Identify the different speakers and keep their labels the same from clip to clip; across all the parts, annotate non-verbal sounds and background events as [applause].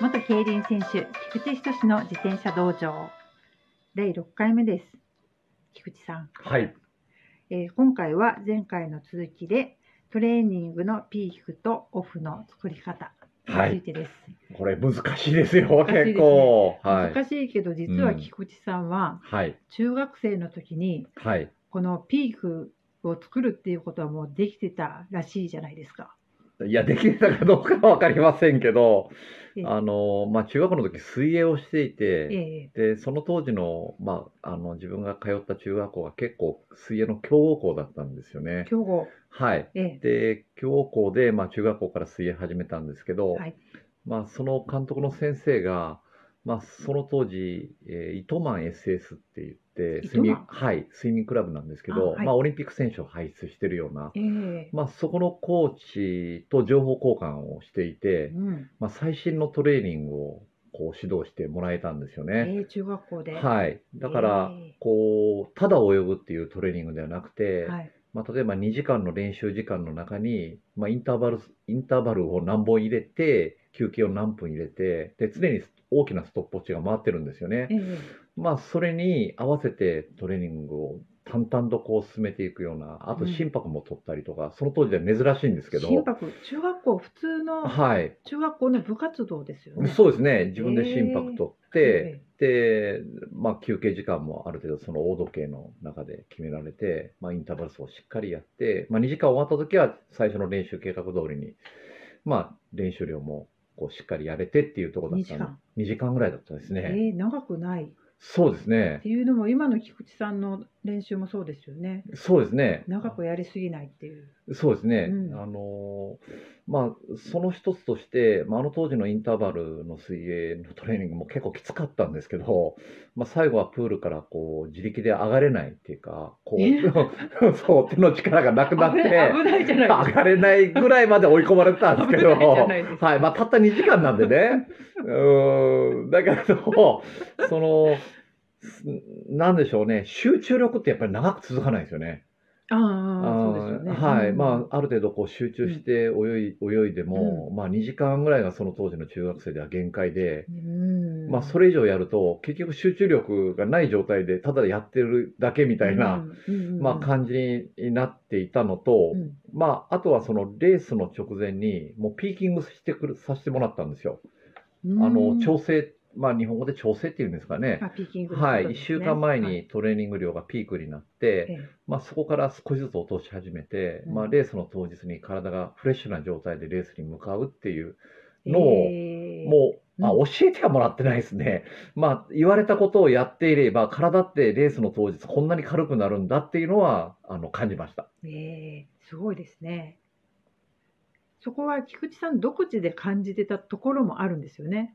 Speaker 1: 元競輪選手菊池仁の自転車道場第6回目です菊池さん、
Speaker 2: はい。
Speaker 1: えー今回は前回の続きでトレーニングのピークとオフの作り方に
Speaker 2: は
Speaker 1: つい
Speaker 2: い。
Speaker 1: てです、
Speaker 2: これ難しいですよ、
Speaker 1: 難しいですね
Speaker 2: 結構。はい。
Speaker 1: 難しいけど実は
Speaker 2: うん
Speaker 1: 菊池さんは
Speaker 2: はい。
Speaker 1: 中学生の時に
Speaker 2: はい。
Speaker 1: このピークを作るっていうことはもうできてたらしいじゃないですか。
Speaker 2: いや、できてたかどうかは分かりませんけど
Speaker 1: ええ、
Speaker 2: あの、まあ、中学校の時、水泳をしていて、
Speaker 1: ええ
Speaker 2: で、その当時の、まあ、あの、自分が通った中学校は結構、水泳の強豪校だったんですよね。
Speaker 1: 競合、
Speaker 2: はい。
Speaker 1: ええ
Speaker 2: で、強豪校で、まあ、中学校から水泳始めたんですけど、
Speaker 1: はい
Speaker 2: まあ、その監督の先生が、まあ、その当時、えー糸満 SS って言って
Speaker 1: 糸満
Speaker 2: スイミングはい、スイミングクラブなんですけ
Speaker 1: あ
Speaker 2: ど
Speaker 1: はい
Speaker 2: まあ、オリンピック選手を輩出してるような、
Speaker 1: ええ
Speaker 2: まあ、そこのコーチと情報交換をしていて、
Speaker 1: うん
Speaker 2: まあ、最新のトレーニングをこう指導してもらえたんですよ
Speaker 1: え
Speaker 2: ね。
Speaker 1: え中学校で、
Speaker 2: はい、だから、
Speaker 1: ええ
Speaker 2: こうただ泳ぐっていうトレーニングではなくて、
Speaker 1: はい
Speaker 2: まあ、例えば2時間の練習時間の中に、まあ、インターバルインターバルを何本入れて休憩を何分入れてで常に大きなストップウォッチが回ってるんですよね
Speaker 1: え。え
Speaker 2: まあ、それに合わせてトレーニングを淡々とこう進めていくようなあ
Speaker 1: う
Speaker 2: と
Speaker 1: ん
Speaker 2: 心拍も取ったりとか、その当時は珍しいんですけど
Speaker 1: 心拍中学校普通の
Speaker 2: はい、
Speaker 1: 中学校の部活動ですよね。
Speaker 2: そうですね自分で心拍取って、
Speaker 1: え
Speaker 2: で、まあ、休憩時間もある程度その大時計の中で決められて、まあ、インターバル走をしっかりやって、まあ、2時間終わった時は最初の練習計画通りに、まあ、練習量もこうしっかりやれてっていうところだった
Speaker 1: 2時間
Speaker 2: 2時間ぐらいだったです
Speaker 1: え
Speaker 2: ね。
Speaker 1: ええ長くないっ
Speaker 2: そうですね
Speaker 1: て。いうのも今の菊池さんの練習もそうですよね。
Speaker 2: そうですね。
Speaker 1: 長くやりすぎないっていう。
Speaker 2: そうですね、
Speaker 1: うん
Speaker 2: あのーまあ、その一つとして、まあ、あの当時のインターバルの水泳のトレーニングも結構きつかったんですけど、まあ、最後はプールからこう自力で上がれないっていうか、こ
Speaker 1: え
Speaker 2: う [laughs] そう手の力がなくなっ
Speaker 1: 危
Speaker 2: て、
Speaker 1: ない危ないじゃない
Speaker 2: 上がれないぐらいまで追い込まれてたんですけど、
Speaker 1: 危ないじゃないですか
Speaker 2: はいまあ、たった2時間なん
Speaker 1: [laughs]
Speaker 2: でね、うーんだけど、その、すなんでしょうね、集中力ってやっぱり長く続かないですよね。
Speaker 1: ああそうですよね。
Speaker 2: はい、
Speaker 1: うん
Speaker 2: まあある程度こう集中して泳い,、泳いでも、まあ2時間ぐらいがその当時の中学生では限界で、
Speaker 1: うん
Speaker 2: まあそれ以上やると結局集中力がない状態でただやってるだけみたいな、
Speaker 1: うんうんうん
Speaker 2: まあ感じになっていたのと、
Speaker 1: うん
Speaker 2: まああとはそのレースの直前にもうピーキングしてくるさせてもらったんですよ。あ
Speaker 1: う
Speaker 2: の
Speaker 1: ん
Speaker 2: 調整、まあ日本語で調整っていうんですかね。
Speaker 1: あピーキングのこと
Speaker 2: はい、
Speaker 1: で
Speaker 2: 1
Speaker 1: すね
Speaker 2: 週間前
Speaker 1: はい
Speaker 2: にトレーニング量がピークになって、
Speaker 1: ええ
Speaker 2: まあ、そこから少しずつ落とし始めて、
Speaker 1: うん
Speaker 2: まあ、レースの当日に体がフレッシュな状態でレースに向かうっていう、の
Speaker 1: ええ
Speaker 2: もう、まあ
Speaker 1: う、
Speaker 2: 教えてはもらってないですね、 [laughs] まあ、言われたことをやっていれば、体ってレースの当日、こんなに軽くなるんだっていうのはあの感じました。
Speaker 1: ええすごいですね。そこは菊池さん独自で感じてたところもあるんですよね。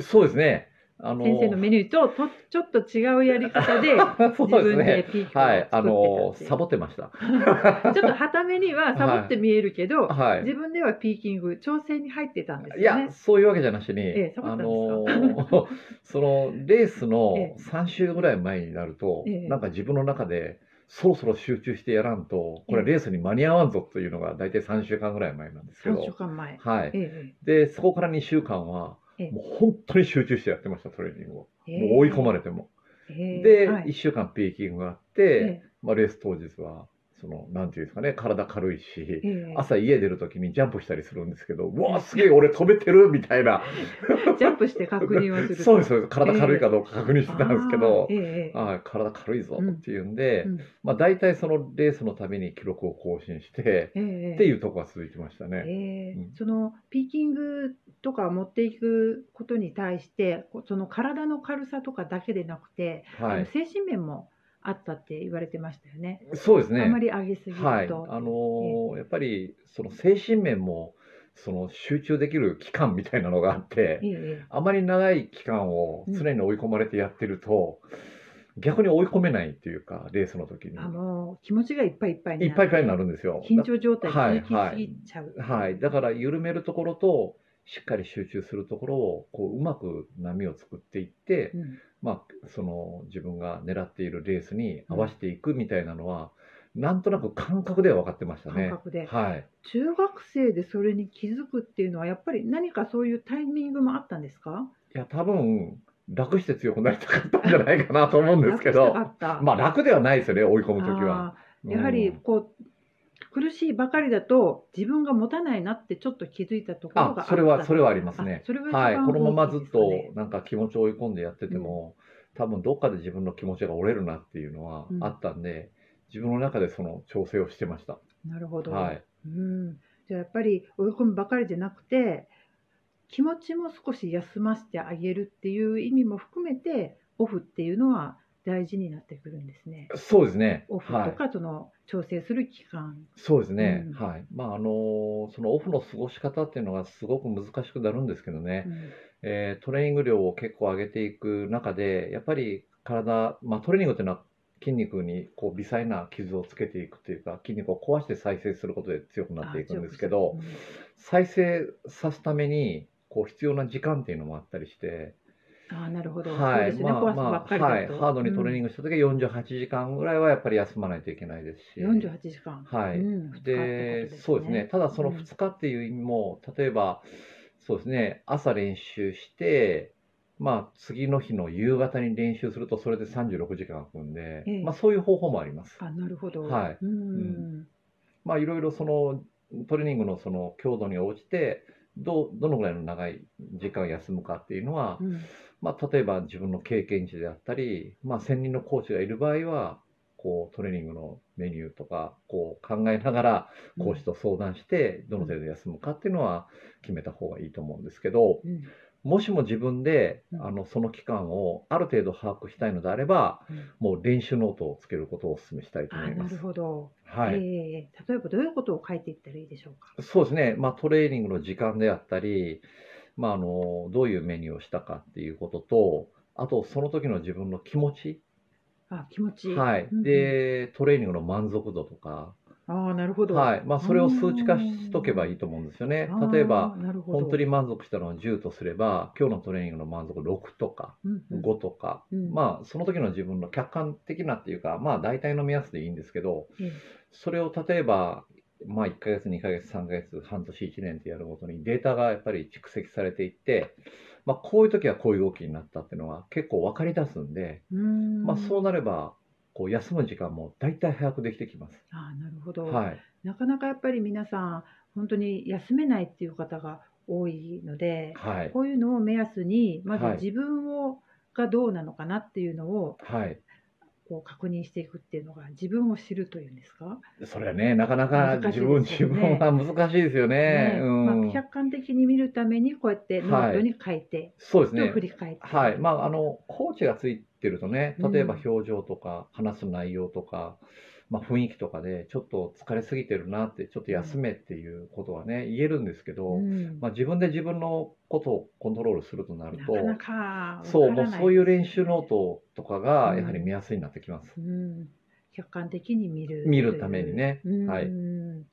Speaker 2: そうですね。あの
Speaker 1: 先生のメニューととちょっと違うやり方で
Speaker 2: [laughs] そ
Speaker 1: 自
Speaker 2: うです
Speaker 1: 分
Speaker 2: ね
Speaker 1: で。ピークを作
Speaker 2: はい
Speaker 1: っ、
Speaker 2: あの
Speaker 1: てた
Speaker 2: サ
Speaker 1: って
Speaker 2: ボってました。
Speaker 1: ちょっとはためにはサボって見えるけど、
Speaker 2: はい、
Speaker 1: 自分ではピーキング調整に入ってたんです
Speaker 2: い
Speaker 1: よ
Speaker 2: や、
Speaker 1: ね。
Speaker 2: そういうわけじゃなしに、
Speaker 1: ええサボった
Speaker 2: あ
Speaker 1: ん
Speaker 2: の
Speaker 1: です [laughs]
Speaker 2: ーそのレース
Speaker 1: え
Speaker 2: の3週ぐらい前になると、
Speaker 1: ええ
Speaker 2: なんか自分の中でそろそろ集中してやらんと、こ
Speaker 1: ええ
Speaker 2: れレースに間に合わんぞというのが大体3週間ぐらい前なんですけ
Speaker 1: 3週
Speaker 2: ど、
Speaker 1: 間前。
Speaker 2: は
Speaker 1: え
Speaker 2: い、
Speaker 1: え
Speaker 2: でそこから2週間は、
Speaker 1: ええ
Speaker 2: もう本当に集中してやってました、トレーニングを。
Speaker 1: ええ
Speaker 2: もう追い込まれても。
Speaker 1: ええ
Speaker 2: で、
Speaker 1: はい
Speaker 2: 1週間ピーキングがあっ
Speaker 1: え
Speaker 2: て、
Speaker 1: え
Speaker 2: まあ、レース当日は、そのなんていうんですかね、体軽いし
Speaker 1: え。え
Speaker 2: 朝家出るときにジャンプしたりするんですけど、うわあ、すげえ、俺飛べてるみたいな、
Speaker 1: ジャンプして確認をする。
Speaker 2: [laughs] そうですそうです体軽いかどうか確認してたんですけど
Speaker 1: あ、ーええ
Speaker 2: あー体軽いぞっていうんで、
Speaker 1: うん
Speaker 2: まあ、大体そのレースのために記録を更新して、
Speaker 1: ええ
Speaker 2: っていうとこが続いてましたね。
Speaker 1: えー
Speaker 2: うん
Speaker 1: そのピーキングとか持っていくことに対してこその体の軽さとかだけでなくて、あ
Speaker 2: は
Speaker 1: の
Speaker 2: い、
Speaker 1: 精神面もあったって言われてましたよね。
Speaker 2: そうです
Speaker 1: あんま
Speaker 2: ね。
Speaker 1: り上げすぎると、
Speaker 2: はい、あのーやっぱりその精神面もその集中できる期間みたいなのがあって
Speaker 1: え、ええ
Speaker 2: あまり長い期間を常に追い込まれてやってると、逆に追い込めないというか、レースの時に
Speaker 1: えあのー気持ちがいっぱいいっぱいに
Speaker 2: いっ
Speaker 1: な
Speaker 2: ぱいいっぱいになるんですよ。
Speaker 1: 緊張状態
Speaker 2: はい
Speaker 1: 続きすぎちゃう。
Speaker 2: はい、だから緩めるところとしっかり集中するところをこううまく波を作っていって、
Speaker 1: うん
Speaker 2: まあ、その自分が狙っているレースに合わせていくみたいなのは、なんとなく感覚では分かってましたね
Speaker 1: 感。覚で
Speaker 2: はい。
Speaker 1: 中学生でそれに気づくっていうのはやっぱり何かそういうタイミングもあったんですか
Speaker 2: いや、多分、楽して強くなりたかったんじゃないかなと思うんですけど
Speaker 1: 楽し、かった、
Speaker 2: まあ楽ではないですよね、追い込むときは。
Speaker 1: あーやはり
Speaker 2: うん
Speaker 1: こう、苦しいばかりだと自分が持たないなってちょっと気づいたところがあ
Speaker 2: あ、それは、それはありますね。
Speaker 1: それが一番
Speaker 2: はい、このままずっと
Speaker 1: 大きいですかね
Speaker 2: なんか気持ちを追い込んでやってても、多分どっかで自分の気持ちが折れるなっていうのは
Speaker 1: うん
Speaker 2: あったんで、自分の中でその調整をしてました。
Speaker 1: なるほど、
Speaker 2: はい、
Speaker 1: うん、じゃあやっぱり追い込むばかりじゃなくて気持ちも少し休ませてあげるっていう意味も含めてオフっていうのは大事になってくるんですね。
Speaker 2: そうですね。
Speaker 1: オフ
Speaker 2: は
Speaker 1: と
Speaker 2: い、
Speaker 1: かその調整する期間、
Speaker 2: そうですね。
Speaker 1: うん
Speaker 2: はい、まああのーそのオフの過ごし方っていうのがすごく難しくなるんですけどね。
Speaker 1: うん
Speaker 2: えートレーニング量を結構上げていく中で、やっぱり体、まあトレーニングっていうのは筋肉にこう微細な傷をつけていくというか、筋肉を壊して再生することで強くなっていくんですけど、
Speaker 1: あ強く
Speaker 2: 再生さすためにこう必要な時間っていうのもあったりして、
Speaker 1: するあーなるほど、
Speaker 2: は
Speaker 1: そう
Speaker 2: い、
Speaker 1: ですね、
Speaker 2: まあ
Speaker 1: 壊すば
Speaker 2: ま
Speaker 1: っ
Speaker 2: あ、
Speaker 1: かりだ
Speaker 2: はい、
Speaker 1: と
Speaker 2: ハードにトレーニングした時は48時間ぐらいはやっぱり休まないといけないですし、
Speaker 1: 48時間、
Speaker 2: はい
Speaker 1: うん
Speaker 2: でそうですね、。ただその2日っていう意味も、例えばそうですね、朝練習して、まあ次の日の夕方に練習するとそれで36時間空くんで、
Speaker 1: ええ
Speaker 2: まあそういう方法もあります。
Speaker 1: 二日ってことですねあなるほど、
Speaker 2: はい
Speaker 1: うん
Speaker 2: うまあ、いろいろそのトレーニングのその強度に応じてどうどのぐらいの長い時間休むかっていうのは、
Speaker 1: うん
Speaker 2: まあ、例えば自分の経験値であったり、まあ、専任のコーチがいる場合はこうトレーニングのメニューとかこう考えながら講師と相談してどの程度休むかっていうのは決めた方がいいと思うんですけど
Speaker 1: うん
Speaker 2: もしも自分で
Speaker 1: うん
Speaker 2: あのその期間をある程度把握したいのであれば
Speaker 1: うん
Speaker 2: もう練習ノートをつけることをお勧めしたいと
Speaker 1: あ
Speaker 2: 思い
Speaker 1: ーな
Speaker 2: ま
Speaker 1: る
Speaker 2: す。
Speaker 1: ほど、
Speaker 2: はい、
Speaker 1: えー例えばどういうことを書いていったらいいでしょうか。
Speaker 2: そうですね、まあ、トレーニングの時間であったり、まあ、あのどういうメニューをしたかっていうことと、あとその時の自分の気持ち、
Speaker 1: あ気持ちいい。
Speaker 2: はい
Speaker 1: うんうん
Speaker 2: でトレーニングの満足度とか、
Speaker 1: ああなるほど。
Speaker 2: はいまあ、それを数値化しとけばいいと思うんですよね。
Speaker 1: あー
Speaker 2: 例えば、、
Speaker 1: なるほど
Speaker 2: 本当に、満足したのは10とすれば、今日のトレーニングの満足度6とか
Speaker 1: うんうん
Speaker 2: 5とか、
Speaker 1: うん
Speaker 2: まあ、その時の自分の客観的なっていうか、まあ、大体の目安でいいんですけど、
Speaker 1: ええ
Speaker 2: それを例えば、まあ、1ヶ月、2ヶ月、3ヶ月、半年、1年ってやるごとにデータがやっぱり蓄積されていって、まあ、こういう時はこういう動きになったっていうのは結構分かり出すんで、
Speaker 1: うーん
Speaker 2: まあ、そう
Speaker 1: う
Speaker 2: なればこう休む時間も大体把握できてきます。
Speaker 1: あーなるほど、
Speaker 2: はい、
Speaker 1: なかなかやっぱり皆さん本当に休めないっていう方が多いので、
Speaker 2: はい、
Speaker 1: こういうのを目安にまず
Speaker 2: はい
Speaker 1: 自分を、がどうなのかなっていうのを
Speaker 2: はい、
Speaker 1: こう確認していくっていうのが自分を知るというんですか、
Speaker 2: それはね、なかなか
Speaker 1: 難しい
Speaker 2: 自分、
Speaker 1: です
Speaker 2: 自
Speaker 1: よね
Speaker 2: 分は難しいですよね。
Speaker 1: ね
Speaker 2: うん
Speaker 1: まあ、客観的に見るためにこうやってノートに書いて、
Speaker 2: そうです
Speaker 1: と
Speaker 2: ね
Speaker 1: 振。り返って、
Speaker 2: はい、まあ、あの、コーチがついてるとね、例えば
Speaker 1: うん
Speaker 2: 表情とか、話す内容とか、まあ、雰囲気とかで、ちょっと疲れすぎてるなって、ちょっと休めっていうことはね、言えるんですけど、
Speaker 1: うん
Speaker 2: まあ、自分で自分のことをコントロールするとなる
Speaker 1: な
Speaker 2: と、
Speaker 1: かなか
Speaker 2: そう、
Speaker 1: わ
Speaker 2: も
Speaker 1: か
Speaker 2: う
Speaker 1: らない
Speaker 2: そういう練習ノートとかが、
Speaker 1: うん
Speaker 2: やはり目安になってきます。
Speaker 1: うん、客観的に見る
Speaker 2: 見るためにね
Speaker 1: という
Speaker 2: はい
Speaker 1: うん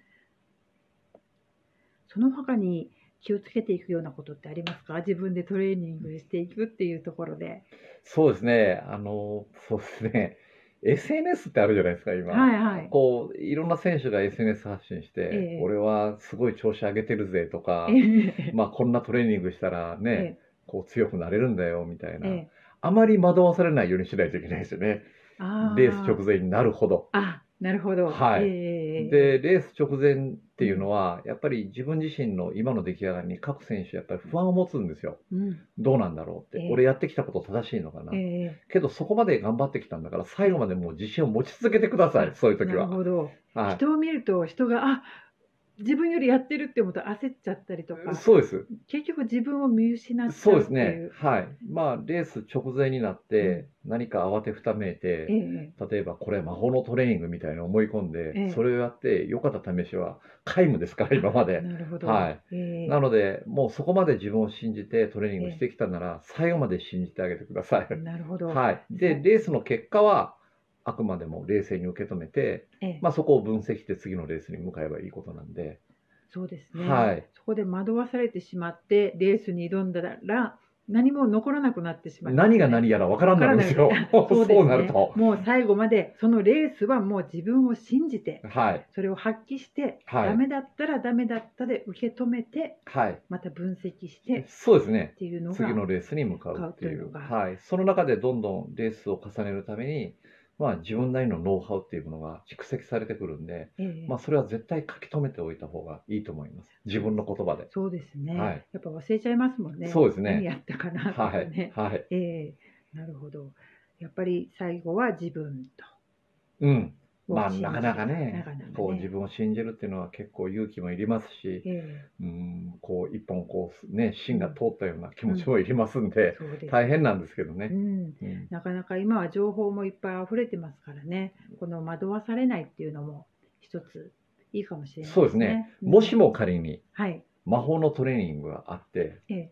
Speaker 1: その他に気をつけていくようなことってありますか自分でトレーニングしていくっていうところで、
Speaker 2: そうですね、あの、そうですね、SNS ってあるじゃないですか、今。
Speaker 1: はいはい
Speaker 2: こういろんな選手が SNS 発信して、
Speaker 1: ええ
Speaker 2: 俺はすごい調子上げてるぜとか、
Speaker 1: え
Speaker 2: [laughs] まあ、こんなトレーニングしたら
Speaker 1: え
Speaker 2: ね、こう強くなれるんだよみたいな、
Speaker 1: え
Speaker 2: あまり惑わされないようにしないといけないですよね、
Speaker 1: あ
Speaker 2: レース直
Speaker 1: 前
Speaker 2: 前になるほど。
Speaker 1: あなるほど、
Speaker 2: はい
Speaker 1: ええ
Speaker 2: で、レース直前っていうのは、やっぱり自分自身の今の出来上がりに各選手、やっぱり不安を持つんですよ、
Speaker 1: うん
Speaker 2: どうなんだろうって、
Speaker 1: ええ
Speaker 2: 俺やってきたこと正しいのかな、
Speaker 1: ええ
Speaker 2: けどそこまで頑張ってきたんだから、最後までもう自信を持ち続けてください、そういう時
Speaker 1: なる
Speaker 2: は。
Speaker 1: ほど、
Speaker 2: はい
Speaker 1: 人を見ると人があ自分よりやってるって思うと焦っちゃったりとか
Speaker 2: そうです、
Speaker 1: 結局自分を見失っちゃ
Speaker 2: そう
Speaker 1: う
Speaker 2: で
Speaker 1: っ
Speaker 2: す
Speaker 1: てい
Speaker 2: ね
Speaker 1: う、
Speaker 2: はい。まあ、レース直前になって、何か慌てふためい
Speaker 1: え
Speaker 2: て、
Speaker 1: え
Speaker 2: 例えばこれ魔法のトレーニングみたいな思い込んで、
Speaker 1: ええ
Speaker 2: それをやって良かった試しは皆無ですから今まで。
Speaker 1: なるほど、
Speaker 2: はい
Speaker 1: ええ
Speaker 2: なのでもうそこまで自分を信じてトレーニングしてきたなら、最後まで信じてあげてください。
Speaker 1: なるほど。
Speaker 2: はい、でレースの結果はあくまでも冷静に受け止めて、
Speaker 1: ええ
Speaker 2: まあ、そこを分析して次のレースに向かえばいいことなんで、
Speaker 1: そうですね、
Speaker 2: はい
Speaker 1: そこで惑わされてしまってレースに挑んだら何も残らなくなってしまいますね
Speaker 2: 何が何やら分からんなるんですよ。
Speaker 1: そ
Speaker 2: [laughs] そう
Speaker 1: ですね
Speaker 2: うなると。
Speaker 1: もう最後までそのレースはもう自分を信じて
Speaker 2: はい。
Speaker 1: それを発揮して、
Speaker 2: はい
Speaker 1: ダメだったらダメだったで受け止めて
Speaker 2: はい。
Speaker 1: また分析して
Speaker 2: そうですね
Speaker 1: っ。ていうのが
Speaker 2: 次のレースに向かうってい
Speaker 1: 向
Speaker 2: う。
Speaker 1: かうというのが
Speaker 2: はい。その中でどんどんレースを重ねるために、まあ自分なりのノウハウっていうものが蓄積されてくるんで、
Speaker 1: ええ
Speaker 2: まあそれは絶対書き留めておいた方がいいと思います。自分の言葉で。
Speaker 1: そうですね、
Speaker 2: はい
Speaker 1: やっぱ忘れちゃいますもんね
Speaker 2: そうですね
Speaker 1: 何やったかなとか
Speaker 2: は
Speaker 1: ね
Speaker 2: い。、はい。
Speaker 1: ええなるほどやっぱり最後は自分と
Speaker 2: うん。
Speaker 1: を
Speaker 2: まあ
Speaker 1: 信じる
Speaker 2: なかなか
Speaker 1: な
Speaker 2: ね
Speaker 1: かなかね、
Speaker 2: こう自分を信じるっていうのは結構勇気もいりますし、
Speaker 1: え
Speaker 2: うん、こう一本こうね、芯が通ったような気持ちもいりますん
Speaker 1: え
Speaker 2: で、
Speaker 1: そうです、
Speaker 2: 大変なんですけど
Speaker 1: う
Speaker 2: ね。
Speaker 1: ん、
Speaker 2: うん
Speaker 1: なかなか今は情報もいっぱい溢れてますからねこの惑わされないっていうのも一ついいかもしれないですね
Speaker 2: そうですねもし
Speaker 1: も、
Speaker 2: も仮に
Speaker 1: はい
Speaker 2: 魔法のトレーニングがあって、
Speaker 1: ええ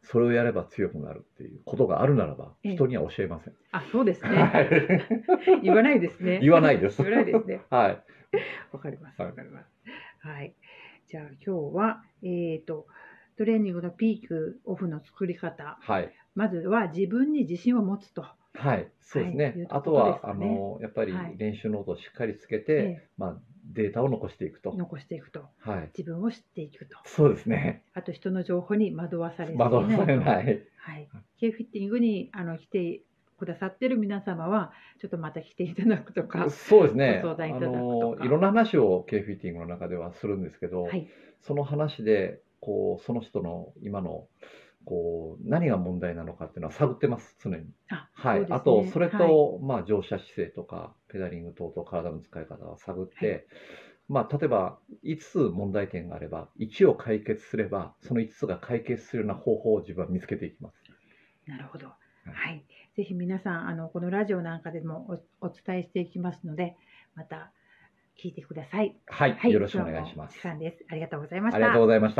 Speaker 2: それをやれば強くなるっていうことがあるならば、
Speaker 1: ええ
Speaker 2: 人には教えません。
Speaker 1: あそうですね
Speaker 2: はい
Speaker 1: 言わないですね。
Speaker 2: 言わないです
Speaker 1: 言わないですね。
Speaker 2: [laughs] はい。
Speaker 1: わかります。
Speaker 2: はい
Speaker 1: わかります。はい。じゃあ今日はえっ、とトレーニングのピークオフの作り方。
Speaker 2: はい。
Speaker 1: まずは自分に自信を持つと。
Speaker 2: はい。そうで
Speaker 1: はい
Speaker 2: すね
Speaker 1: いう。
Speaker 2: あと
Speaker 1: ことです
Speaker 2: は、
Speaker 1: か
Speaker 2: あ
Speaker 1: ね
Speaker 2: の、やっぱり
Speaker 1: はい
Speaker 2: 練習ノートをしっかりつけて、
Speaker 1: え
Speaker 2: まあ、データを残していく
Speaker 1: え
Speaker 2: と。
Speaker 1: 残していくと。
Speaker 2: はい。
Speaker 1: 自分を知っていくと。
Speaker 2: そうですね。
Speaker 1: あと人の情報に惑わされずに
Speaker 2: 惑わされない。
Speaker 1: はい。ケーフィッティングにあの来てくださってる皆様はちょっとまた来ていただくとか。
Speaker 2: そうですね。
Speaker 1: ご相談いただくとか
Speaker 2: いろんな話を K フィッティングの中ではするんですけど、
Speaker 1: はい。
Speaker 2: その話で、こう、その人の今の、こう、何が問題なのかっていうのは探ってます、常に。
Speaker 1: あ、
Speaker 2: はい、
Speaker 1: そうですね
Speaker 2: あとそれと、
Speaker 1: はい
Speaker 2: まあ、乗車姿勢とかペダリング等々体の使い方を探って、まあ、例えば5つ問題点があれば1を解決すればその5つが解決するような方法を自分は見つけていきます。
Speaker 1: なるほど。はい。ぜひ皆さん、あの、このラジオなんかでもおお伝えしていきますので、また聞いてください。
Speaker 2: はい、
Speaker 1: はい。
Speaker 2: よろしくお願いします
Speaker 1: 今日もお。時間です。ありがとうございました。
Speaker 2: ありがとうございました。